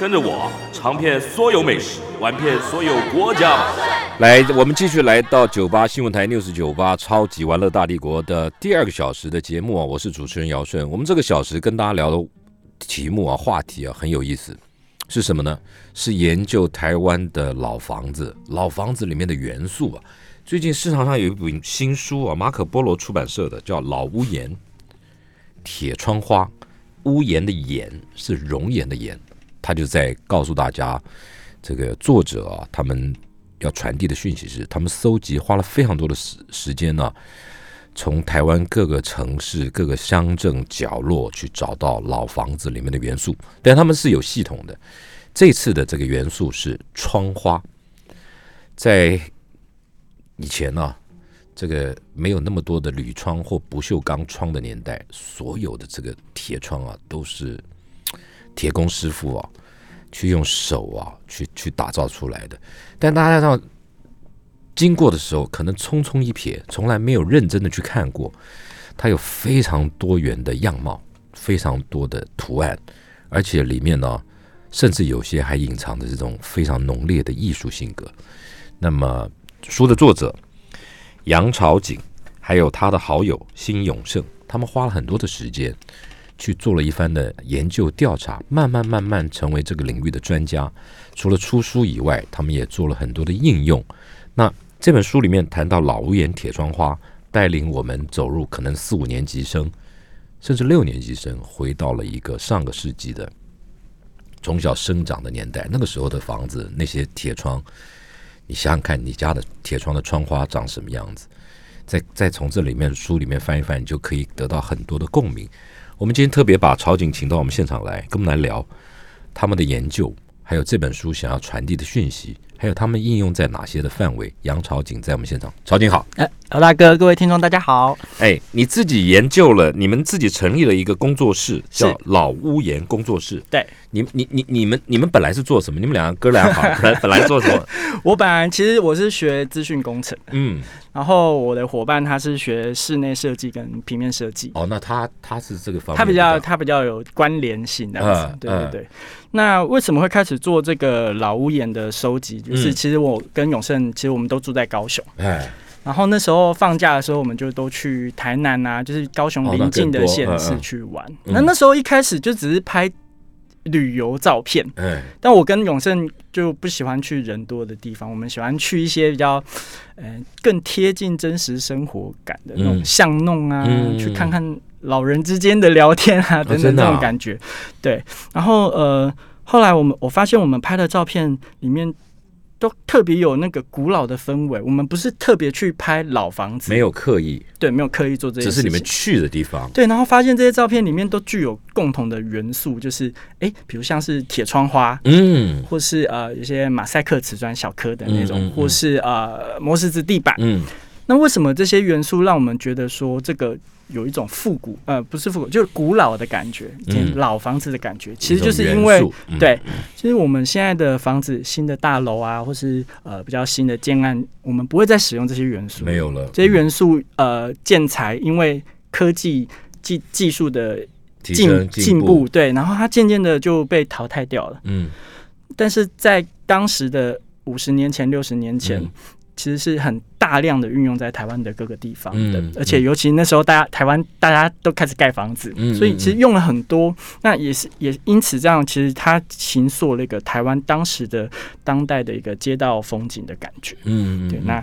跟着我尝遍所有美食，玩遍所有国家吧。来，我们继续来到九八新闻台 news 九八超级玩乐大帝国的第二个小时的节目啊，我是主持人姚顺。我们这个小时跟大家聊的题目啊、话题啊很有意思，是什么呢？是研究台湾的老房子，老房子里面的元素啊。最近市场上有一本新书啊，马可波罗出版社的，叫《老屋檐》，铁窗花，屋檐的檐是容颜的颜，他就在告诉大家，这个作者啊，他们要传递的讯息是，他们搜集花了非常多的时时间呢、从台湾各个城市、各个乡镇角落去找到老房子里面的元素，但他们是有系统的。这次的这个元素是窗花，在以前呢、这个没有那么多的铝窗或不锈钢窗的年代，所有的这个铁窗啊，都是嘖铁工师傅啊，去用手啊，去去打造出来的。但大家到经过的时候，可能匆匆一瞥，从来没有认真的去看过。它有非常多元的样貌，非常多的图案，而且里面呢，甚至有些还隐藏着这种非常浓烈的艺术性格。那么，书的作者杨朝景，还有他的好友辛永胜，他们花了很多的时间去做了一番的研究调查，慢慢慢慢成为这个领域的专家。除了出书以外，他们也做了很多的应用。那这本书里面谈到老屋檐铁窗花，带领我们走入可能四五年级生，甚至六年级生，回到了一个上个世纪的从小生长的年代。那个时候的房子，那些铁窗，你想想看，你家的铁窗的窗花长什么样子？再再从这里面书里面翻一翻，你就可以得到很多的共鸣。我们今天特别把曹景请到我们现场来，跟我们来聊他们的研究，还有这本书想要传递的讯息，还有他们应用在哪些的范围。杨朝景在我们现场，朝景好。哎，老大哥，各位听众大家好。哎，你自己研究了，你们自己成立了一个工作室，是叫老屋檐工作室。对你你你你们你们本来是做什么？你们两个哥俩 好，本来本来做什么？我本来其实我是学资讯工程，嗯，然后我的伙伴他是学室内设计跟平面设计，哦，那他他是这个方面，他比较他比较有关联性这样子。哦嗯对嗯对对。那为什么会开始做这个老屋檐的收集？就是嗯其实我跟永胜，其实我们都住在高雄，哎，然后那时候放假的时候，我们就都去台南啊，就是高雄哦那邻近更的多县嗯市嗯去玩。嗯那那时候一开始就只是拍旅游照片。哎，但我跟永胜就不喜欢去人多的地方，我们喜欢去一些比较，呃，更贴近真实生活感的那种嗯巷弄啊，嗯去看看老人之间的聊天啊，等真等的这啊种感觉。对，然后呃，后来我们我发现我们拍的照片里面都特别有那个古老的氛围，我们不是特别去拍老房子，没有刻意，对，没有刻意做这些只事是情，你们去的地方。对，然后发现这些照片里面都具有共同的元素，就是诶，比如像是铁窗花，嗯或是呃有些马赛克瓷砖小颗的那种，嗯嗯嗯或是呃磨石子地板。嗯，那为什么这些元素让我们觉得说这个有一种复古呃不是复古，就是古老的感觉，嗯老房子的感觉？其实就是一种因为元素嗯对，其实我们现在的房子、新的大楼啊，或是呃比较新的建案，我们不会再使用这些元素，没有了这些元素呃建材，因为科技技技术的提进升进步，，对，然后它渐渐的就被淘汰掉了。嗯，但是在当时的五十年前、六十年前，嗯其实是很大量的运用在台湾的各个地方的，嗯而且尤其那时候大家台湾大家都开始盖房子，嗯所以其实用了很多。那也是也因此这样，其实它形塑了一个台湾当时的当代的一个街道风景的感觉。嗯，嗯对，嗯那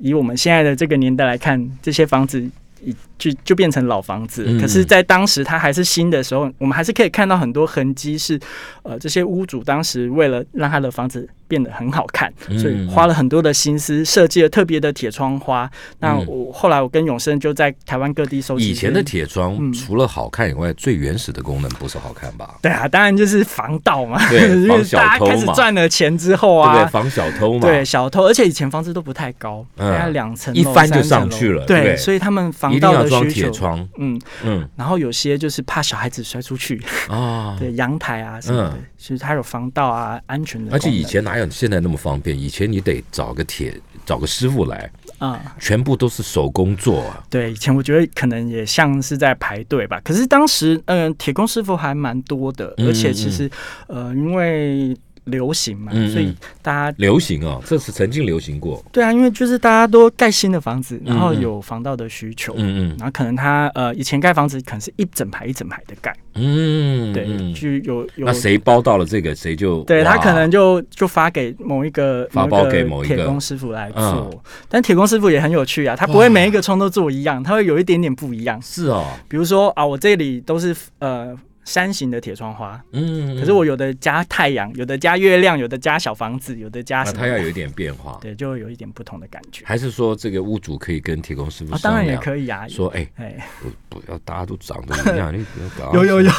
以我们现在的这个年代来看，这些房子。已就就变成老房子，嗯可是，在当时它还是新的时候，我们还是可以看到很多痕迹是，呃，这些屋主当时为了让他的房子变得很好看，嗯所以花了很多的心思设计了特别的铁窗花。那我后来我跟永生就在台湾各地收集嗯以前的这些铁窗除了好看以外，最原始的功能不是好看吧？对啊，当然就是防盗嘛，对因防为小大家偷 开始嘛赚了钱之后对不对？啊，防小偷嘛，对小偷，而且以前房子都不太高，嗯大概两层一楼翻就三层上楼去了对对不，对所以他们防一定盗要的装需铁求，窗，嗯，嗯然后有些就是怕小孩子摔 出去，啊。对阳台啊什么的嗯，其实它有防盗啊、安全的而功能。且以前哪有现在那么方便？以前你得找个铁，找个师傅来，啊，全部都是手工做啊。对，以前我觉得可能也像是在排队吧。可是当时，嗯，铁工师傅还蛮多的，嗯而且其实，呃，因为流行嘛嗯嗯，所以大家流行啊，这是曾经流行过。对啊，因为就是大家都盖新的房子，然后嗯嗯有防盗的需求，嗯然后可能他呃以前盖房子可能是一整排一整排的盖，嗯嗯，对，嗯就有有那谁包到了这个，谁就对他哇可能就就发给某一个发包给某某一一个铁工师傅来做，嗯但铁工师傅也很有趣啊，他不会每一个窗都做一样，他会有一点点不一样。是哦，比如说啊，我这里都是呃山形的铁窗花，嗯，可是我有的加太阳，有的加月亮，有的加小房子，有的加那什么，他要有一点变化，对，就会有一点不同的感觉还是说这个屋主可以跟铁工师傅啊，当商然也量，可以啊，说哎，哎，不不要大家都长得一 样，你不要搞有有有，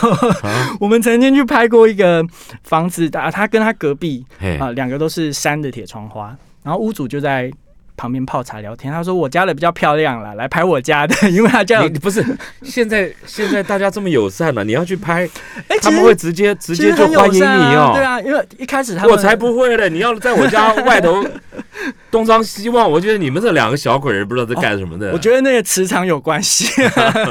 啊， 我们曾经去拍过一个房子，啊，他跟他隔壁嘿啊，两个都是山的铁窗花，然后屋主就在旁边泡茶聊天。他说：“我家的比较漂亮啦，来拍我家的， 因为他家有你不是现在现在大家这么友善了，你要去拍，哎，他 其们实会直接直其接实就很欢友迎善你啊哦对。啊，因为一开始他们我才不会嘞！你要是在我家外头东张西望，我觉得你们这两个小鬼儿不知道在干什么的。哦我觉得那个磁场有关系。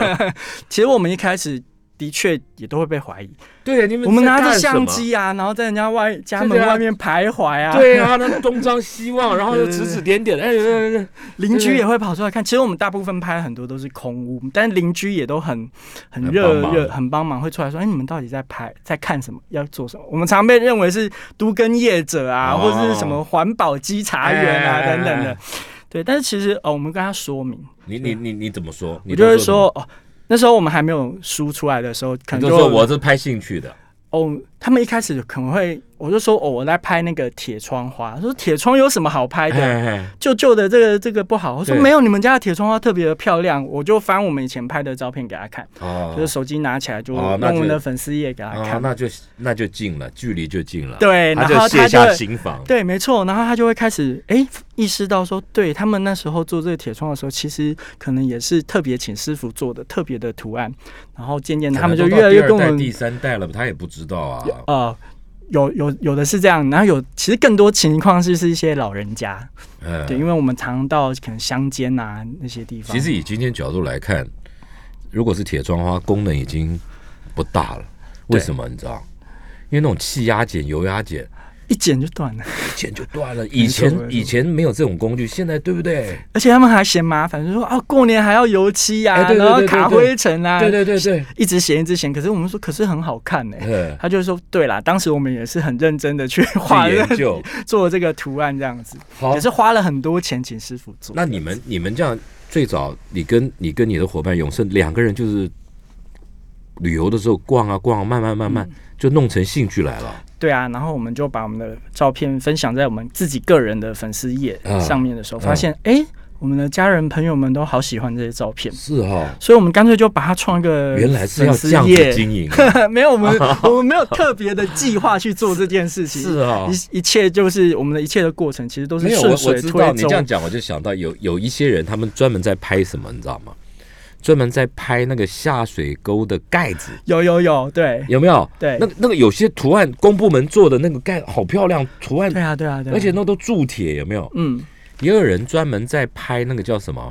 其实我们一开始。”的确也都会 被怀疑。对，你们我们拿着在干什相么，机啊，然后在人家外家对门啊外面徘徊啊。对啊，那东张西望，然后又指指 点点，哎，哎哎邻居也会跑出来看。其实我们大部分拍很多都是空屋，但邻居也都很很很帮热忙热，很帮忙，会出来说：“哎，你们到底在拍在看什么？要做什么？”我们常被认为是都跟业者啊，哦或者是什么环保稽查员啊、哎等等的。对，但是其实哦，我们跟他说明，你你你你怎么说？我你就会都什么说，哦，那时候我们还没有书出来的时候，可你能就就说我是拍兴趣的，哦，他们一开始可能会，我就说哦，我在拍那个铁窗花，说铁窗有什么好拍哎的？哎，哎旧旧的这个这个不好。我说对没有，你们家的铁窗花特别的漂亮，我就翻我们以前拍的照片给他看，哦就是手机拿起来就哦用那就我们的粉丝页给他啊，看。那就那就近了，距离就近了，，对，他然就后卸他就下会心防，对，没错，然后他就会开始哎意识到说，对他们那时候做这个铁窗的时候，其实可能也是特别请师傅做的特别的图案，然后渐渐的他们就越来越跟我可能都到第二代们第三代了，他也不知道啊，呃。有有有的是这样，然后有其实更多情况是是一些老人家，嗯对，因为我们常到可能乡间啊那些地方，其实以今天角度来看，如果是铁窗花，功能已经不大了。为什么你知道？因为那种气压剪、油压剪，一剪就断了。一剪就断了。以前没错以前没有这种工具，现在对不对？ 而且他们还嫌麻烦，就说啊，过年还要油漆呀、哎对对然后对对卡对灰尘啊，对对对对，一直嫌一直嫌。可是我们说，可是很好看 呢、 呃，他就说，对啦，当时我们也是很认真的去画去这研个究。 做这个图案，这样子好也，是花了很多钱请师傅做。那你们你们这样最早，你跟你跟你的伙伴永胜两个人就是旅游的时候逛啊逛啊，慢慢慢慢嗯就弄成兴趣来了。对啊，然后我们就把我们的照片分享在我们自己个人的粉丝页嗯上面的时嗯候，发现哎、诶我们的家人朋友们都好喜欢这些照片。是哈，所以我们干脆就把它创一个原来是要粉丝这样页子经营啊， 没有，我们我们没有特别的计划去做这件事情。是啊。一一切就是我们的一切的过程，其实都是没有，我顺我水知道你推这样舟。讲，我就想到有有一些人，他们专门在拍什么，你知道吗？专门在拍那个下水沟的盖子，有有有， 对有没有？对那个那个有些图案，公部门做的那个盖好漂亮，图案，对啊对啊对啊。而且那都铸铁，有没有？嗯，也有人专门在拍那个叫什么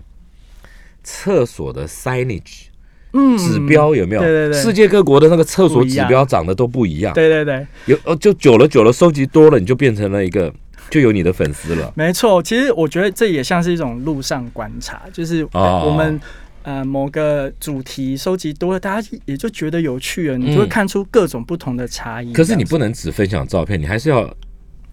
厕所的 signage 嗯指标，有没有？对对对世界各国的那个厕所不一指样标长得都不一样，对对对，有呃，就久了久了，收集多了，你就变成了一个，就有你的粉丝了。没错。其实我觉得这也像是一种路上观察，就是哦我们。呃，某个主题收集多了，大家也就觉得有趣了，你就会看出各种不同的差异。嗯可是你这样子不能只分享照片，你还是要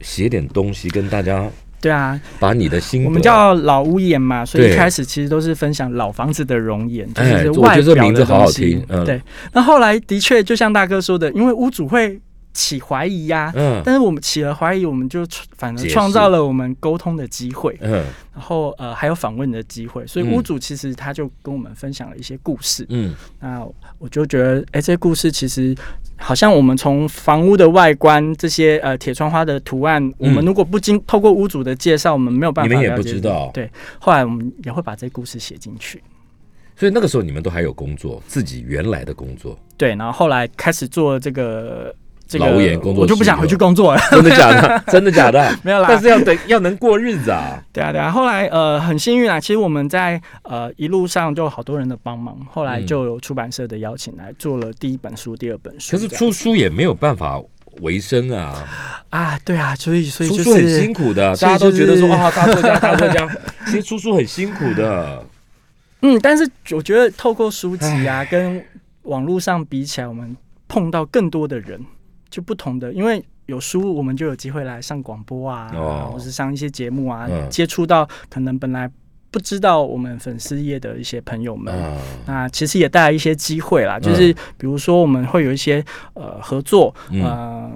写点东西跟大 家对啊，把你的心得。我们叫老屋檐嘛，所以对一开始其实都是分享老房子的容颜，就哎是我觉得外这表名字的好好东西听嗯对，那后来的确就像大哥说的，因为屋主会起怀疑呀、嗯但是我们起了怀疑，我们就创反解而释创造了我们沟通的机会，嗯然后呃还有访问的机会，所以嗯屋主其实他就跟我们分享了一些故事。嗯那我就觉得，哎、这些故事其实好像我们从房屋的外观这些呃铁窗花的图案，我们如果不经透过屋主的介绍，我们没有办法嗯你们也了不解知道对，后来我们也会把这些故事写进去。所以那个时候你们都还有工作，自己原来的工作，对，然后后来开始做这个这个劳务员工作室我就不想回去工作了。 真的假的？真的假的？没有啦但是要等要能过日子啊。对啊，对啊。后来呃，很幸运啊，其实我们在呃一路上就有好多人的帮忙，后嗯来就有出版社的邀请来做了第一本书、第二本书可这是样。出书也没有办法维生啊，啊，对啊，所以所以出就书很是辛苦的，所大以家都觉得说就是啊，大作家，大作家， 其实出书很辛苦的。嗯，但是我觉得透过书籍啊，跟网络上比起来，我们碰到更多的人，就不同的，因为有书，我们就有机会来上广播啊，哦或是上一些节目啊，嗯接触到可能本来不知道我们粉丝业的一些朋友们。啊，那其实也带来一些机会啦，就是比如说我们会有一些呃合作，嗯呃，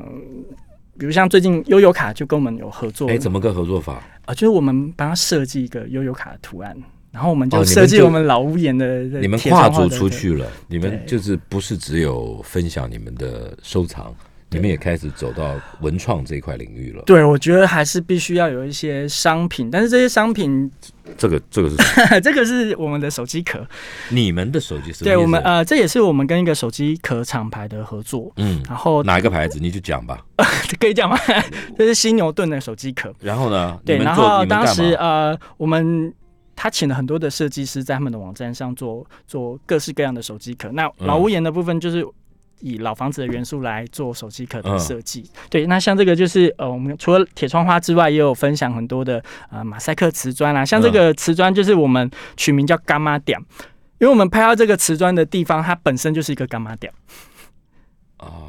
比如像最近悠游卡就跟我们有合作，哎，怎么个合作法？啊，就是我们帮他设计一个悠游卡的图案，然后我们哦就你们设计就我们老屋檐的。的你们铁跨窗花足的出对去了，你们对就是不是只有分享你们的收藏，你们也开始走到文创这一块领域了。对，我觉得还是必须要有一些商品，但是这些商品， 这个这个是这个是我们的手机壳，你们的手机是对我们呃，这也是我们跟一个手机壳厂牌的合作，嗯，然后哪一个牌子你就讲吧。 可以讲吗？ 这是犀牛顿的手机壳，然后呢，你对，们然做后你们当时干嘛？呃，我们他请了很多的设计师在他们的网站上做做各式各样的手机壳。那嗯老屋檐的部分就是以老房子的元素来做手机壳嗯的设计。对，那像这个就是呃，我们除了铁窗花之外，也有分享很多的呃马赛克瓷砖啦、像嗯这个瓷砖就是我们取名叫干妈点。因为我们拍到这个瓷砖的地方，它本身就是一个干妈点，哦，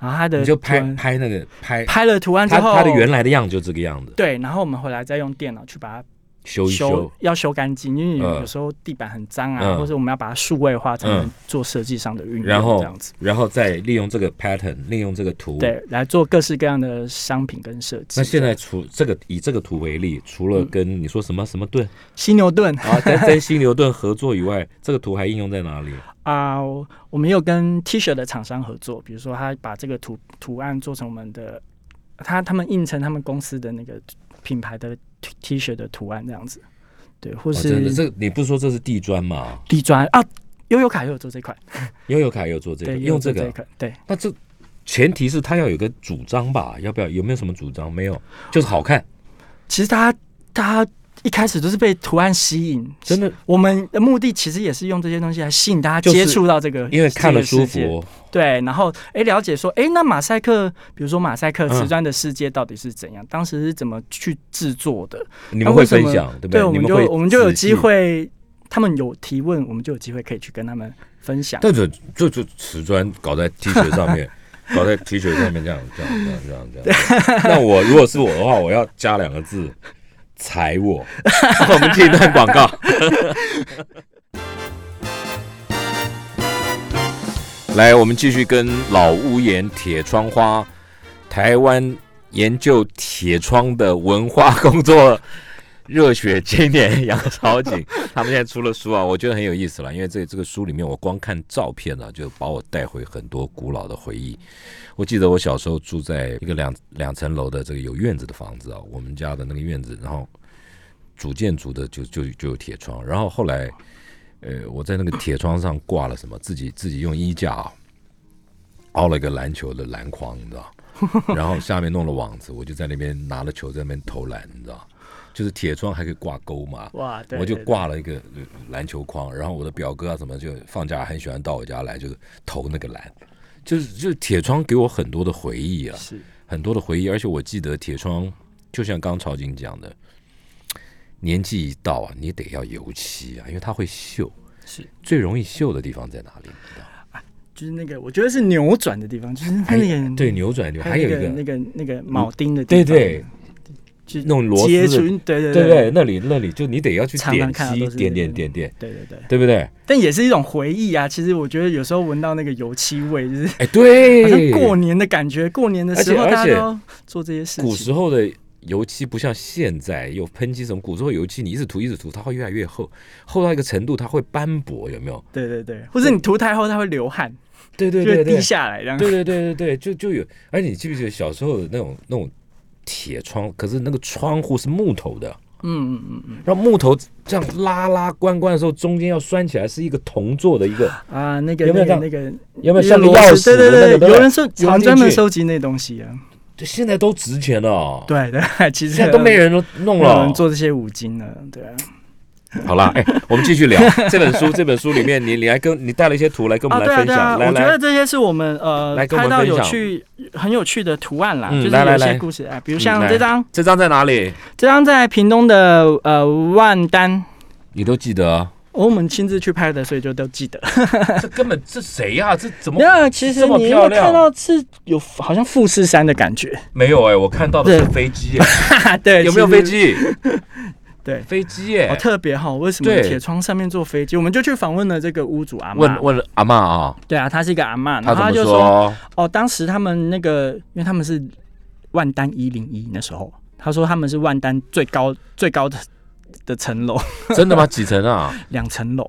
然后它的你就拍图案拍那个拍拍了图案之它后，它的原来的样就这个样子，对，然后我们回来再用电脑去把它修一修。要修干净，因为有嗯有时候地板很脏啊，嗯或者我们要把它数位化，才嗯能做设计上的运用，然后这样子，然后再利用这个 pattern，利用这个图。对，来做各式各样的商品跟设计。那现在除这个以这个图为例，除嗯了跟你说什么什么盾犀牛顿啊， 跟跟犀牛盾合作以外，这个图还应用在哪里？啊、我们也有跟 T 恤的厂商合作，比如说他把这个图图案做成我们的，他他们印成他们公司的那个品牌的 T- T 恤的图案这样子，对，或哦真的，是这你不是说这是地砖吗？地砖啊，悠游卡也有做这款，悠游卡也有做这个，对，也有用这做个啊一，款，对。那这前提是他要有个主张吧？要不要？有没有什么主张？没有，就是好看，其实大家大家一开始都是被图案吸引，真的，我们的目的其实也是用这些东西来吸引大就家是接触到这个，因为看了舒这个世界。服。对，然后哎，了解说，哎，那马赛克，比如说马赛克瓷嗯砖的世界到底是怎样？当时是怎么去制作的？你们会分享，对不对，我你们就会我们就有仔细机。会，他们有提问，我们就有机会可以去跟他们分享。但是就就瓷砖搞在 T 恤上面，搞在 T 恤上面这样这样这样这样这样。那我如果是我的话，我要加两个字：踩我。我们听一段广告。来，我们继续跟老屋檐铁窗花，台湾研究铁窗的文化工作热血 青年杨朝景，他们现在出了书啊，我觉得很有意思了，因为这这个书里面我光看照片呢、啊，就把我带回很多古老的回忆。我记得我小时候住在一个两两层楼的这个有院子的房子啊，我们家的那个院子，然后主建筑的就就就有铁窗，然后后来。呃，我在那个铁窗上挂了什么，自己自己用衣架啊，凹了一个篮球的篮筐，你知道， 然后下面弄了网子，我就在那边拿了球在那边投篮，你知道，就是铁窗还可以挂钩嘛，哇，对，我就对挂了一个呃篮球框，然后我的表哥啊什么就放假很喜欢到我家来，就是投那个篮，就是就是铁窗给我很多的回忆啊对，是很多的回忆，而且我记得铁窗，就像刚曹景讲的，年纪一到啊，你得要油漆啊，因为它会锈。是最容易锈的地方在哪里？你知道吗就是那个，我觉得是扭转的地方，就是它那还个对，扭转就还有一那个个那个那个铆钉的地嗯对方，对，去那种螺丝接的触，对对对不对？对那里那里就你得要去常点常看到击都是点那点种点点，对对对，对不对？但也是一种回忆啊。其实我觉得有时候闻到那个油漆味，就是哎，好像对，过年的感觉。过年的时候而且大家都做这些事古情，时候的油漆不像现在有喷漆什么，古时候油漆你一直涂一直涂，它会越来越厚，厚到一个程度它会斑驳，有没有？对对对，或者你涂太厚它会流汗，对对就对会对滴，下来这样。对对对对对，就就有。而且你记不记得小时候的那种那种铁窗，可是那个窗户是木头的，嗯嗯嗯然后木头这样拉拉关关的时候，中间要拴起来是一个铜做的一个，啊，那个有没有那个这样那个有没有那像个螺钥匙丝对的那个？对对对，不有对人收，有插人进专门去收集那东西啊。对现在都值钱了哦，对对， 其现实在都没人弄没了有人。做这些五金了，对啊。好啦，哎，我们继续 聊这本书。这本书里面，你你还跟你带了一些图来跟我啊，们对来啊，分对啊，享，来我觉得来，这些是我们呃来跟我拍们到分有享趣很有趣的图案啦，嗯就是来来有一些来故事啊，比如嗯像来这张，这张在哪里？这张在屏东的呃万丹。你都记得啊？哦我们亲自去拍的，所以就都记 得。这根本这谁呀？这怎么那其实啊这么你有漂没有亮看到是有好像富士山的感 觉，没有哎？我看到的是飞机，哎哈哈，对，有没有其实飞？机？ 对飞机好哎。哦特别哈，为什么对铁窗上面坐飞机？我们就去访问了这个屋主阿问嬷。问阿嬷啊，对啊，她是一个阿嬷，她然后怎她么就说？哦，当时他们那个，因为他们是万丹一零一那时候，他说他们是万丹最高最高的的层楼，真的吗？几层 啊？两层楼，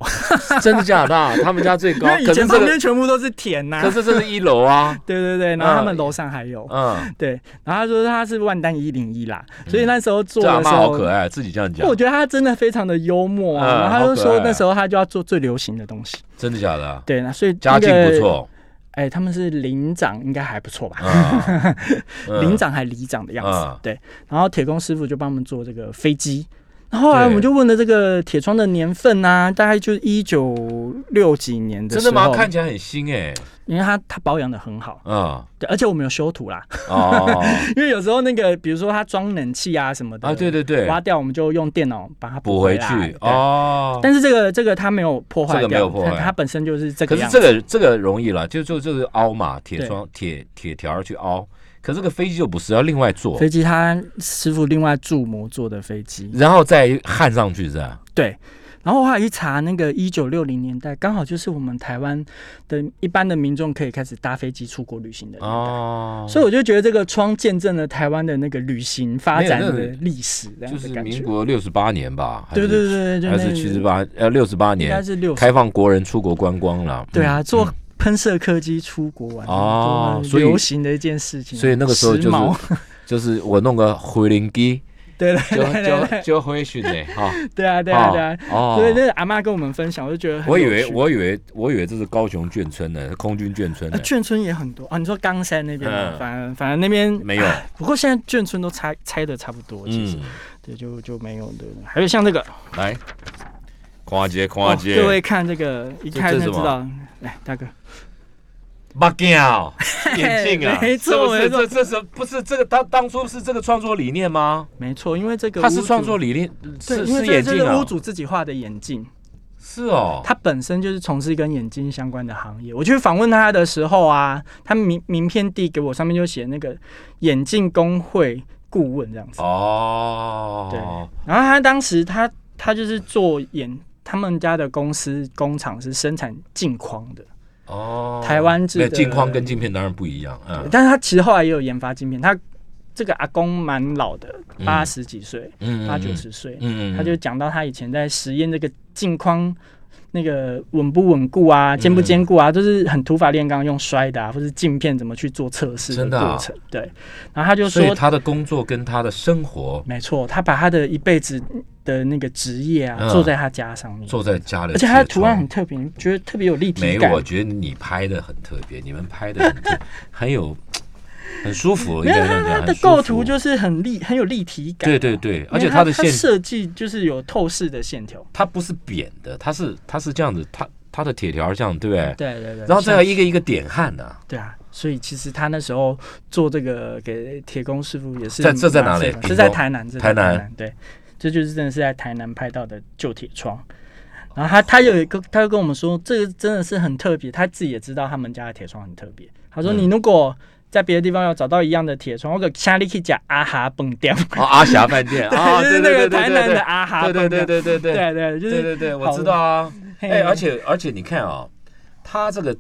真的假的啊？他们家最因高，为以可是前这旁个，边全部都是田呐、可是这是一楼啊。 对对对，然后他们嗯楼上还有，嗯，对，然后他说他是万丹一零一啦，所以那时候做这阿的时嬷好可候。爱，自己这样讲我，觉得他真的非常的幽默啊，嗯然后他好就可说爱啊那时候他就要做最流行的东西，真的假的啊？对，那所以家那境个不，错哎、他们是领长，应该还不错吧？ 啊，嗯领长还里长的样子。嗯对，然后铁工师傅就帮我们做这个飞机。然后后来对我们就问了这个铁窗的年份啊，大概就是一九六几年的真时候。的吗？看起来很新哎，因为他他保养的很好，嗯，对，而且我们有修图啦， 哦因为有时候那个比如说他装冷气啊什么的啊，对对对，挖掉我们就用电脑把它补回回来去。对哦。但是这个这个它没有破坏这掉，个没有破坏它它本身就是这可个是样子。这个这个容易了，就就就是凹嘛，铁对窗铁铁条儿去凹。可这个飞机就不是，要另外做，飞机他师傅另外铸模做的飞机，然后再焊上去是吧？对，然后我还一查，那个一九六零年代刚好就是我们台湾的一般的民众可以开始搭飞机出国旅行的年代，哦，所以我就觉得这个窗见证了台湾的那个旅行发展没有那的个历史，这样就的是感觉民。国六十八年吧？还对是对对对，就还那是个七十，八呃六十八应该年是六十。开放国人出国观光了。对啊，嗯坐喷射客机出国玩，哦多么所以流行的一件事嗯情。啊所以那个时候时就是髦 就是我弄个回灵机，对 对就对对就对就回去呢哈。对啊 对啊对啊。哦，所以那个阿妈跟我们分享，我就觉得很我以有为趣我以为我以为这是高雄眷村呢，空军眷村啊，呢，眷村也很多啊。你说冈山那边吗，嗯反正反正那边啊没有。不过现在眷村都拆拆的差不多，其实、嗯，对，就就没有的。还有像这个，来，跨界跨哦、界，各位看这个，一看这这就知是什道。来，大哥，墨镜啊，眼镜啊，哎 没错是不没是这这是不是这个？他当初是这个创作理念吗？没错，因为这个他是屋主创作，理念，是对，因为是这眼这镜个啊屋，主自己画的眼镜，是哦，他本身就是从事跟眼睛相关的行业。我去访问他的时候啊，他名名片递给我，上面就写那个眼镜工会顾问这样子。哦，然后他当时他他就是做眼。他们家的公司工厂是生产镜框的，对，哦，台湾制那的镜框跟镜片当然不一样，嗯但是他其实后来也有研发镜片，他这个阿公蛮老的，嗯八十几岁，嗯，八九十岁，嗯，嗯，嗯他就讲到他以前在实验这个镜框。那个稳不稳固啊，坚不嗯坚固啊，都是很土法炼钢用摔的啊，或是镜片怎么去做测试真的的啊过程。对，然后他就所以说，他的工作跟他的生活没错，他把他的一辈子的那个职业啊，嗯做在他家上面，坐在家里，而且他的图案很特别，你觉得特别有立体没，感我。觉得你拍的很特别，你们拍的很特 很有很舒服，应没该有这他样讲他的很舒构图服就是很立很有立体感啊、对对对，而且它它的线设计就是有透视的线条。它不是扁的，它是它是这样子，它它的铁条这样，对不对？对对对，然后再像来一个一个点焊 的、对啊，所以其实他那时候做这个给铁工师傅也是在这在哪里蛮适合屏东这在台南，这台在南对，这就是真的是在台南拍到的旧铁窗。然后他他有一个，他就跟我们说，这个真的是很特别，他自己也知道他们家的铁窗很特别。他说，嗯你如果在别的地方有找到一样的铁窗，我可下力去讲阿哈蹦 掉，哦，阿霞饭店啊， 就对是那对个对对台对南对的阿哈蹦对对掉，对对对对对，就对是对对，我好知道啊。嘿哎，而且而且你看啊，它这个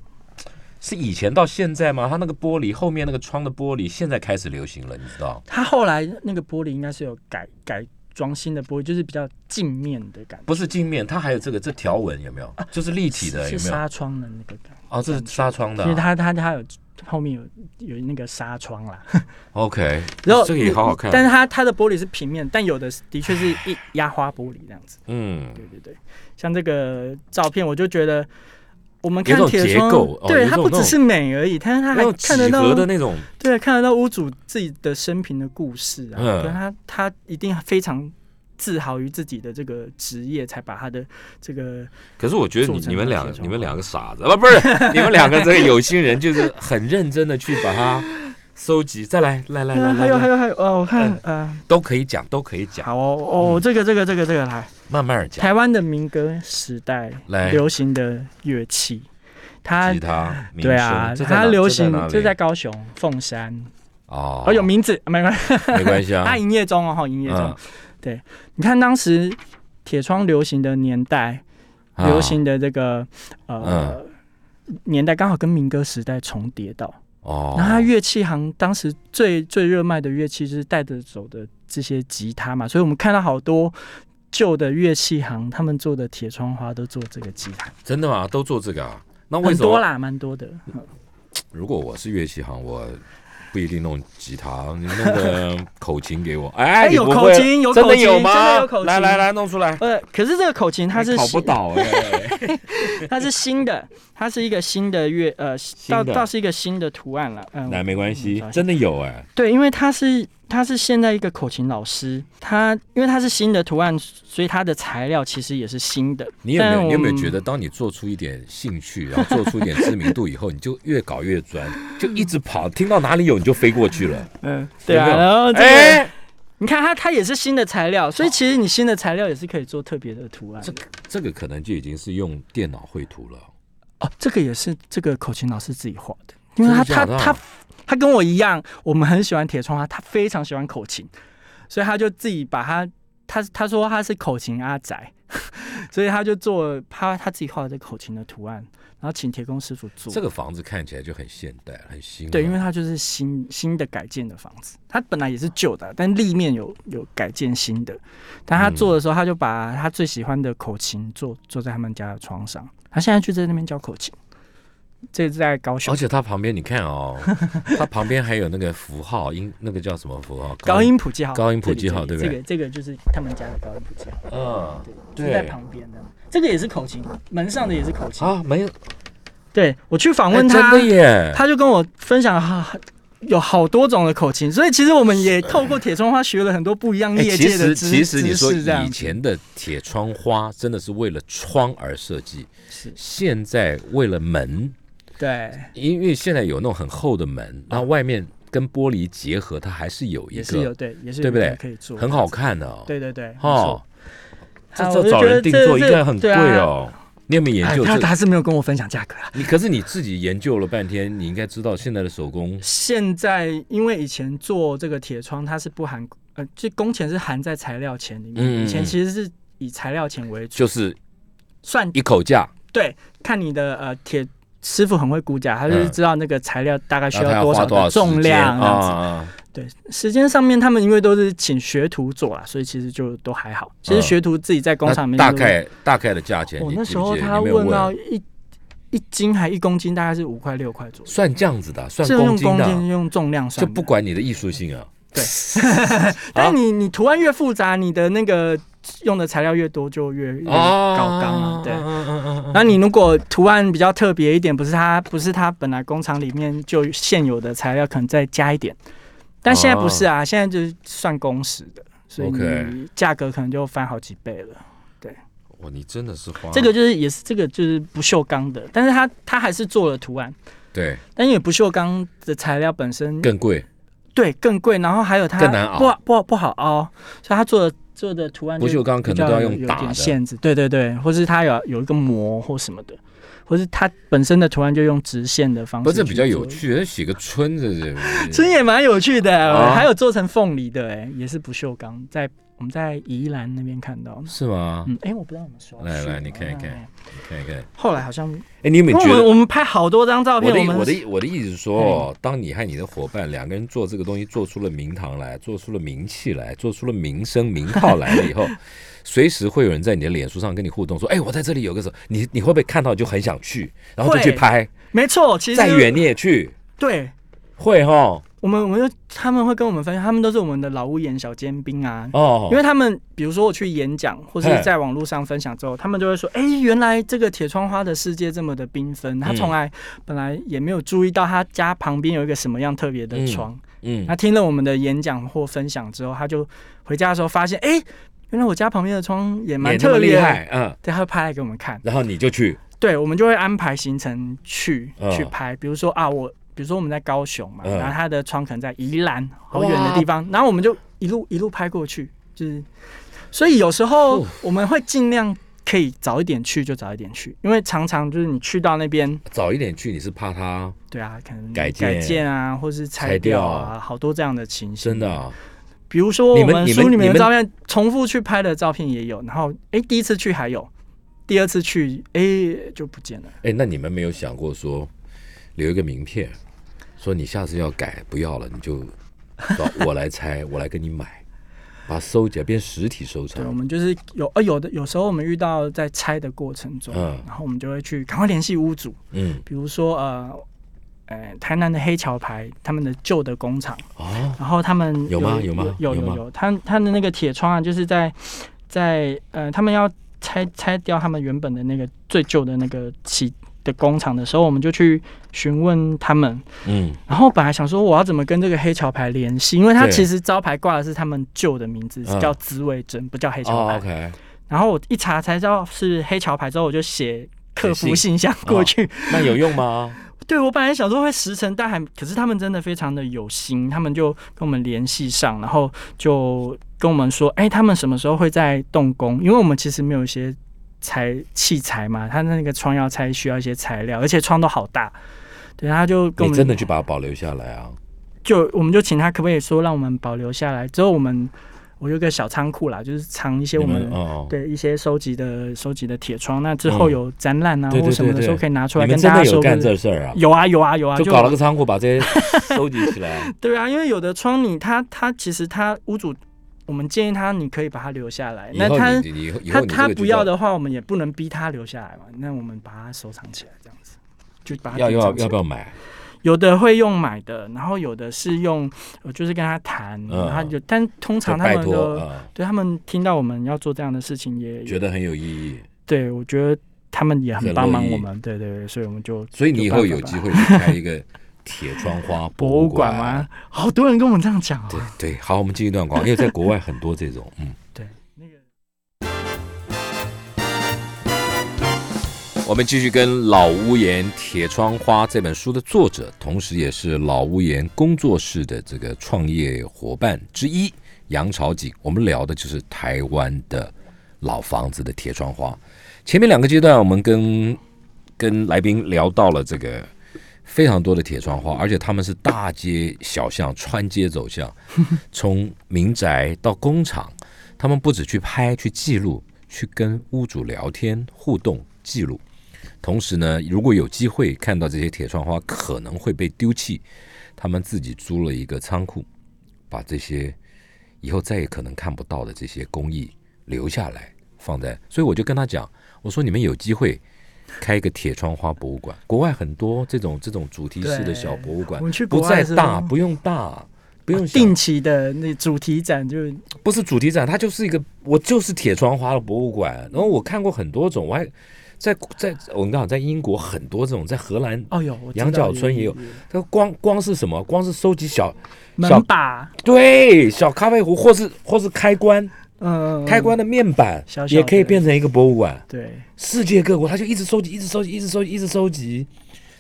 是以前到现在吗？它那个玻璃后面那个窗的玻璃现在开始流行了，你知道？它后来那个玻璃应该是有改改装新的玻璃，就是比较镜面的感觉。不是镜面，它还有这个这条纹有没有？就是立体的啊是有没有？纱窗的那个感哦，这是纱窗的觉，啊。因为它它它有后面有有那个纱 窗啦， OK，然后这个也好好啊看但是它它的玻璃是平面，但有的是的确是一压花玻璃这样子。嗯，对对对，像这个照片，我就觉得我们有看种铁结窗，构哦对有它种不那只种是美而已，它它那还种看得几何到的那种，对，看得到屋主自己的生平的故事啊，嗯跟他他一定非常自豪于自己的这个职业，才把他的这个可是我觉得你做成你们的两个铁窗你们两个傻子啊，不是 你们两个这个有心人，就是很认真的去把 它收集。再来来来来嗯呃还来有还来，有还有呃，我看呃，都可以讲，都可以讲，好哦哦，这个这个这个这个来，慢慢讲。台湾的民歌时代来流行的乐器，它吉他，民对声啊，这在哪它流行这这在在哪里高雄凤山， 哦，哦有名字没关系，没关 系啊它，营业中哦，哈营业嗯中，你看当时铁窗流行的年代，啊嗯流行的这个呃、年代，刚好跟民歌时代重叠到。哦，然后它乐器行当时最最热卖的乐器就是带着走的这些吉他嘛，所以我们看到好多旧的乐器行，他们做的铁窗花都做这个吉他，真的吗？都做这个啊？那为很什多么？啦，蛮多的。如果我是乐器行，我不一定弄吉他，你弄个口琴给我。 哎，你有不口会琴有真口的有琴吗？真的有口来琴来来，弄出来。呃，可是这个口琴它是考不新倒哎。 它是新的，它是一个新的乐呃，倒的倒是一个新的图案了。嗯，哎 那没关系嗯找，一下真的有哎、对，因为他是他是现在一个口琴老师，他因为他是新的图案，所以他的材料其实也是新的。你有没但有？我你有没有觉得，当你做出一点兴趣，然后做出一点知名度以后，你就越搞越专，就一直跑，听到哪里有你就飞过去了。 嗯，对啊。有没有然后这个、哎、你看它它也是新的材料，所以其实你新的材料也是可以做特别的图案。这这个可能就已经是用电脑绘图了。哦，这个也是这个口琴老师自己画的，因为他真的假他的他他跟我一样，我们很喜欢铁窗花，他非常喜欢口琴，所以他就自己把他他他说他是口琴阿宅， 所以他就做他他自己画的这个口琴的图案，然后请铁工师傅做。这个房子看起来就很现代，很新啊。对，因为它就是新新的改建的房子，它本来也是旧的，啊但立面有有改建新的。但嗯他做的时候，他就把他最喜欢的口琴坐坐在他们家的床上。他现在就在那边教口琴，这是在高雄而且它旁边你看哦，它旁边还有那个符号音，那个叫什么符号？高音谱记号，高音谱记号这对里不这里这个这个就是他们家的高音谱记号，嗯对，对就在旁边的。这个也是口琴，门上的也是口琴。啊，没有，对我去访哎问真他，的耶。他就跟我分享哈、有好多种的口琴，所以其实我们也透过铁窗花学了很多不一样哎业其界的实知、其实你说知识这样以前的铁窗花真的是为了窗而设计，是现在为了门，对，因为现在有那种很厚的门，那外面跟玻璃结合，它还是有一也是有个对，也是对不对有可以做，很好。看的哦。对对对，啊哦，这好我这就找觉人得定这做应这该很贵对啊哦。你有没有没研究错。哎他这他是没有跟我分享价格啊啦。 你可是你自己研究了半天，你应该知道现在的手工现在因为以前做这个铁窗，它是不含呃，就工钱是含在材料钱里面。嗯嗯嗯以前其实是以材料钱为主，就是算一口价，对，看你的呃铁师傅很会估价，他就是嗯知道那个材料大概需然后它要要多花少多少的时间重量这样子。啊？对，时间上面他们因为都是请学徒做啦，所以其实就都还好。其实嗯学徒自己在工厂里那面大都概大概的价钱，我你哦那记时不候记得他你有没有问到问，一一斤还一公斤，大概是五块六块左右，算这样子的，算是用斤公的斤啊，用重量算就的，不管你啊的艺术性啊。对。但你你图案越复杂，你的那个用的材料越多，就越越嗯哦高纲啊。对。对那你如果图案比较特别一点，不是它不是它本来工厂里面就现有的材料，可能再加一点。但现在不是啊，现在就是算工时的，所以哦 OK 你价格可能就翻好几倍了。哇，你真的是花这个就是也是这个就是不锈钢的，但是它它还是做了图案。对但因为不锈钢的材料本身更贵，对更贵，然后还有它更难熬不好不好不好凹，所以它做的做的图案就不锈钢可能都要用比较有打有点的。限制，对对对，或是它有有一个膜或什么的，或是它本身的图案就用直线的方式。不，这比较有。趣，写个村子这村也蛮有趣的，啊 还有做成凤梨的，哎，也是不锈钢，在我们在宜兰那边看到。是吗？嗯，哎，我不知道我们说。来是来吗你看一看。看一看，后来好像，哎，你有没因为有我觉们得？我们拍好多张照我片，的啊我意们哎我的我的意思是说，当你和你的伙伴两个人做这个东西，做出了名堂来，做出了名气来，做出了名声名号来了以 后，随时会有人在你的脸书上跟你互动，说：“哎，我在这里有个什么？”你你会不会看到就很想去，然后就去会拍，没错，其实再远你也去，对。会哈我们，我们就他们会跟我们分享，他们都是我们的老屋檐小尖兵啊，哦因，为他们比如说我去演讲或是嘿在网络上分享之后，他们就会说：“哎、原来这个铁窗花的世界这么的缤嗯纷，他从来本来也没有注意到他家旁边有一个什么样特别的窗。嗯他听了我们的演讲或分享之后，他就回家的时候发现，哎、原来我家旁边的窗也蛮也那特么别厉的。害，嗯，对，他会拍来给我们看。然后你就去，对，我们就会安排行程去、嗯去拍，比如说啊，我比如说我们在高雄嘛，嗯然后他的窗可能在宜兰好远的地方，然后我们就一路一路拍过去，就是，所以有时候哦我们会尽量可以早一点去就早一点去，因为常常就是你去到那边，早一点去，你是怕他对啊，可能改建改建啊，或是拆拆掉掉啊，好多这样的情形。真的、啊，比如说你我们们你书们里面你的们照片，重复去拍的照片也有，然后哎、第一次去还有，第二次去哎、就不见了。哎，那你们没有想过说留一个名片，说你下次要改不要了，你就找我来拆，我来跟你买，把它收起来变实体收对，我藏。们就是有呃有的有时候我们遇到在拆的过程中，嗯然后我们就会去赶快联系屋主，嗯，比如说呃呃台南的黑桥牌他们的旧的工厂，哦，然后他们有吗有吗有有吗有有，他他的那个铁窗啊，就是在在呃他们要拆拆掉他们原本的那个最旧的那个起的工厂的时候，我们就去询问他们，嗯，然后本来想说我要怎么跟这个黑桥牌联系，因为它对其实招牌挂的是他们旧的名字，嗯叫紫尾针，不叫黑桥哦牌。 ，OK，然后我一查才知道是黑桥牌，之后我就写客写服信信箱过去。那有用吗？ 对我本来想说会石沉大海，可是他们真的非常的有心，他们就跟我们联系上，然后就跟我们说，哎，他们什么时候会在动工？因为我们其实没有一些材器材嘛，他那个窗要拆需要一些材料，而且窗都好大。对，他就 跟你我们哎真的去把它保留下来啊？就我们就请他可不可以说让我们保留下来，之后我们我有一个小仓库啦，就是藏一些你我们们。哦，嗯对一些收集的收集的铁窗，那之后有展览啊、对对或什么对的对时候可以拿出来你们跟真大家的有说。干不是这事儿啊？有啊有啊有啊，就搞了个仓库，把这些收集起来。对啊，因为有的窗你它它其实它屋主，我们建议他你可以把它留下来。以 那后他你你以后以后他你这他个就不要叫的话，我们也不能逼他留下来嘛。那我们把它收藏起来，这样子就把它要定要藏起来要不要买？有的会用买的，然后有的是用，呃，就是跟他谈，嗯然后就，但通常他拜们托都啊，对他们听到我们要做这样的事情也，觉得很有意义。对我觉得他们也很很帮乐忙意我们，对对对，所以我们就所以你以后有办法机会去开一个铁窗花博物物馆吗？？好多人跟我们这样讲哦， 对对，好，我们进一段广告，因为在国外很多这种，嗯。对，那个我们继续跟《老屋檐铁窗花》这本书的作者，同时也是老屋檐工作室的这个创业伙伴之一杨朝景，我们聊的就是台湾的老房子的铁窗花。前面两个阶段，我们跟跟来宾聊到了这个非常多的铁窗花，而且他们是大街小巷穿街走巷，从民宅到工厂，他们不止去拍、去记录、去跟屋主聊天、互动、记录。同时呢，如果有机会看到这些铁窗花可能会被丢弃，他们自己租了一个仓库，把这些以后再也可能看不到的这些工艺留下来，放在。所以我就跟他讲，我说你们有机会开一个铁窗花博物馆，国外很多这种这种主题式的对嗯小博物馆我们去，国不外再的时候大，不用大，不用想定期的那主题展就不是主题展，它就是一个我就是铁窗花的博物馆。然后我看过很多种，我还在在我跟你讲，在英国很多这种，在荷兰，哦有，我知道羊角村也有它光光是什么？光是收集小小门把，对小咖啡壶，或是或是开关，嗯，开关的面板小小的也可以变成一个博物馆。对，世界各国，他就一直收集，一直收集，一直收集，一直收集，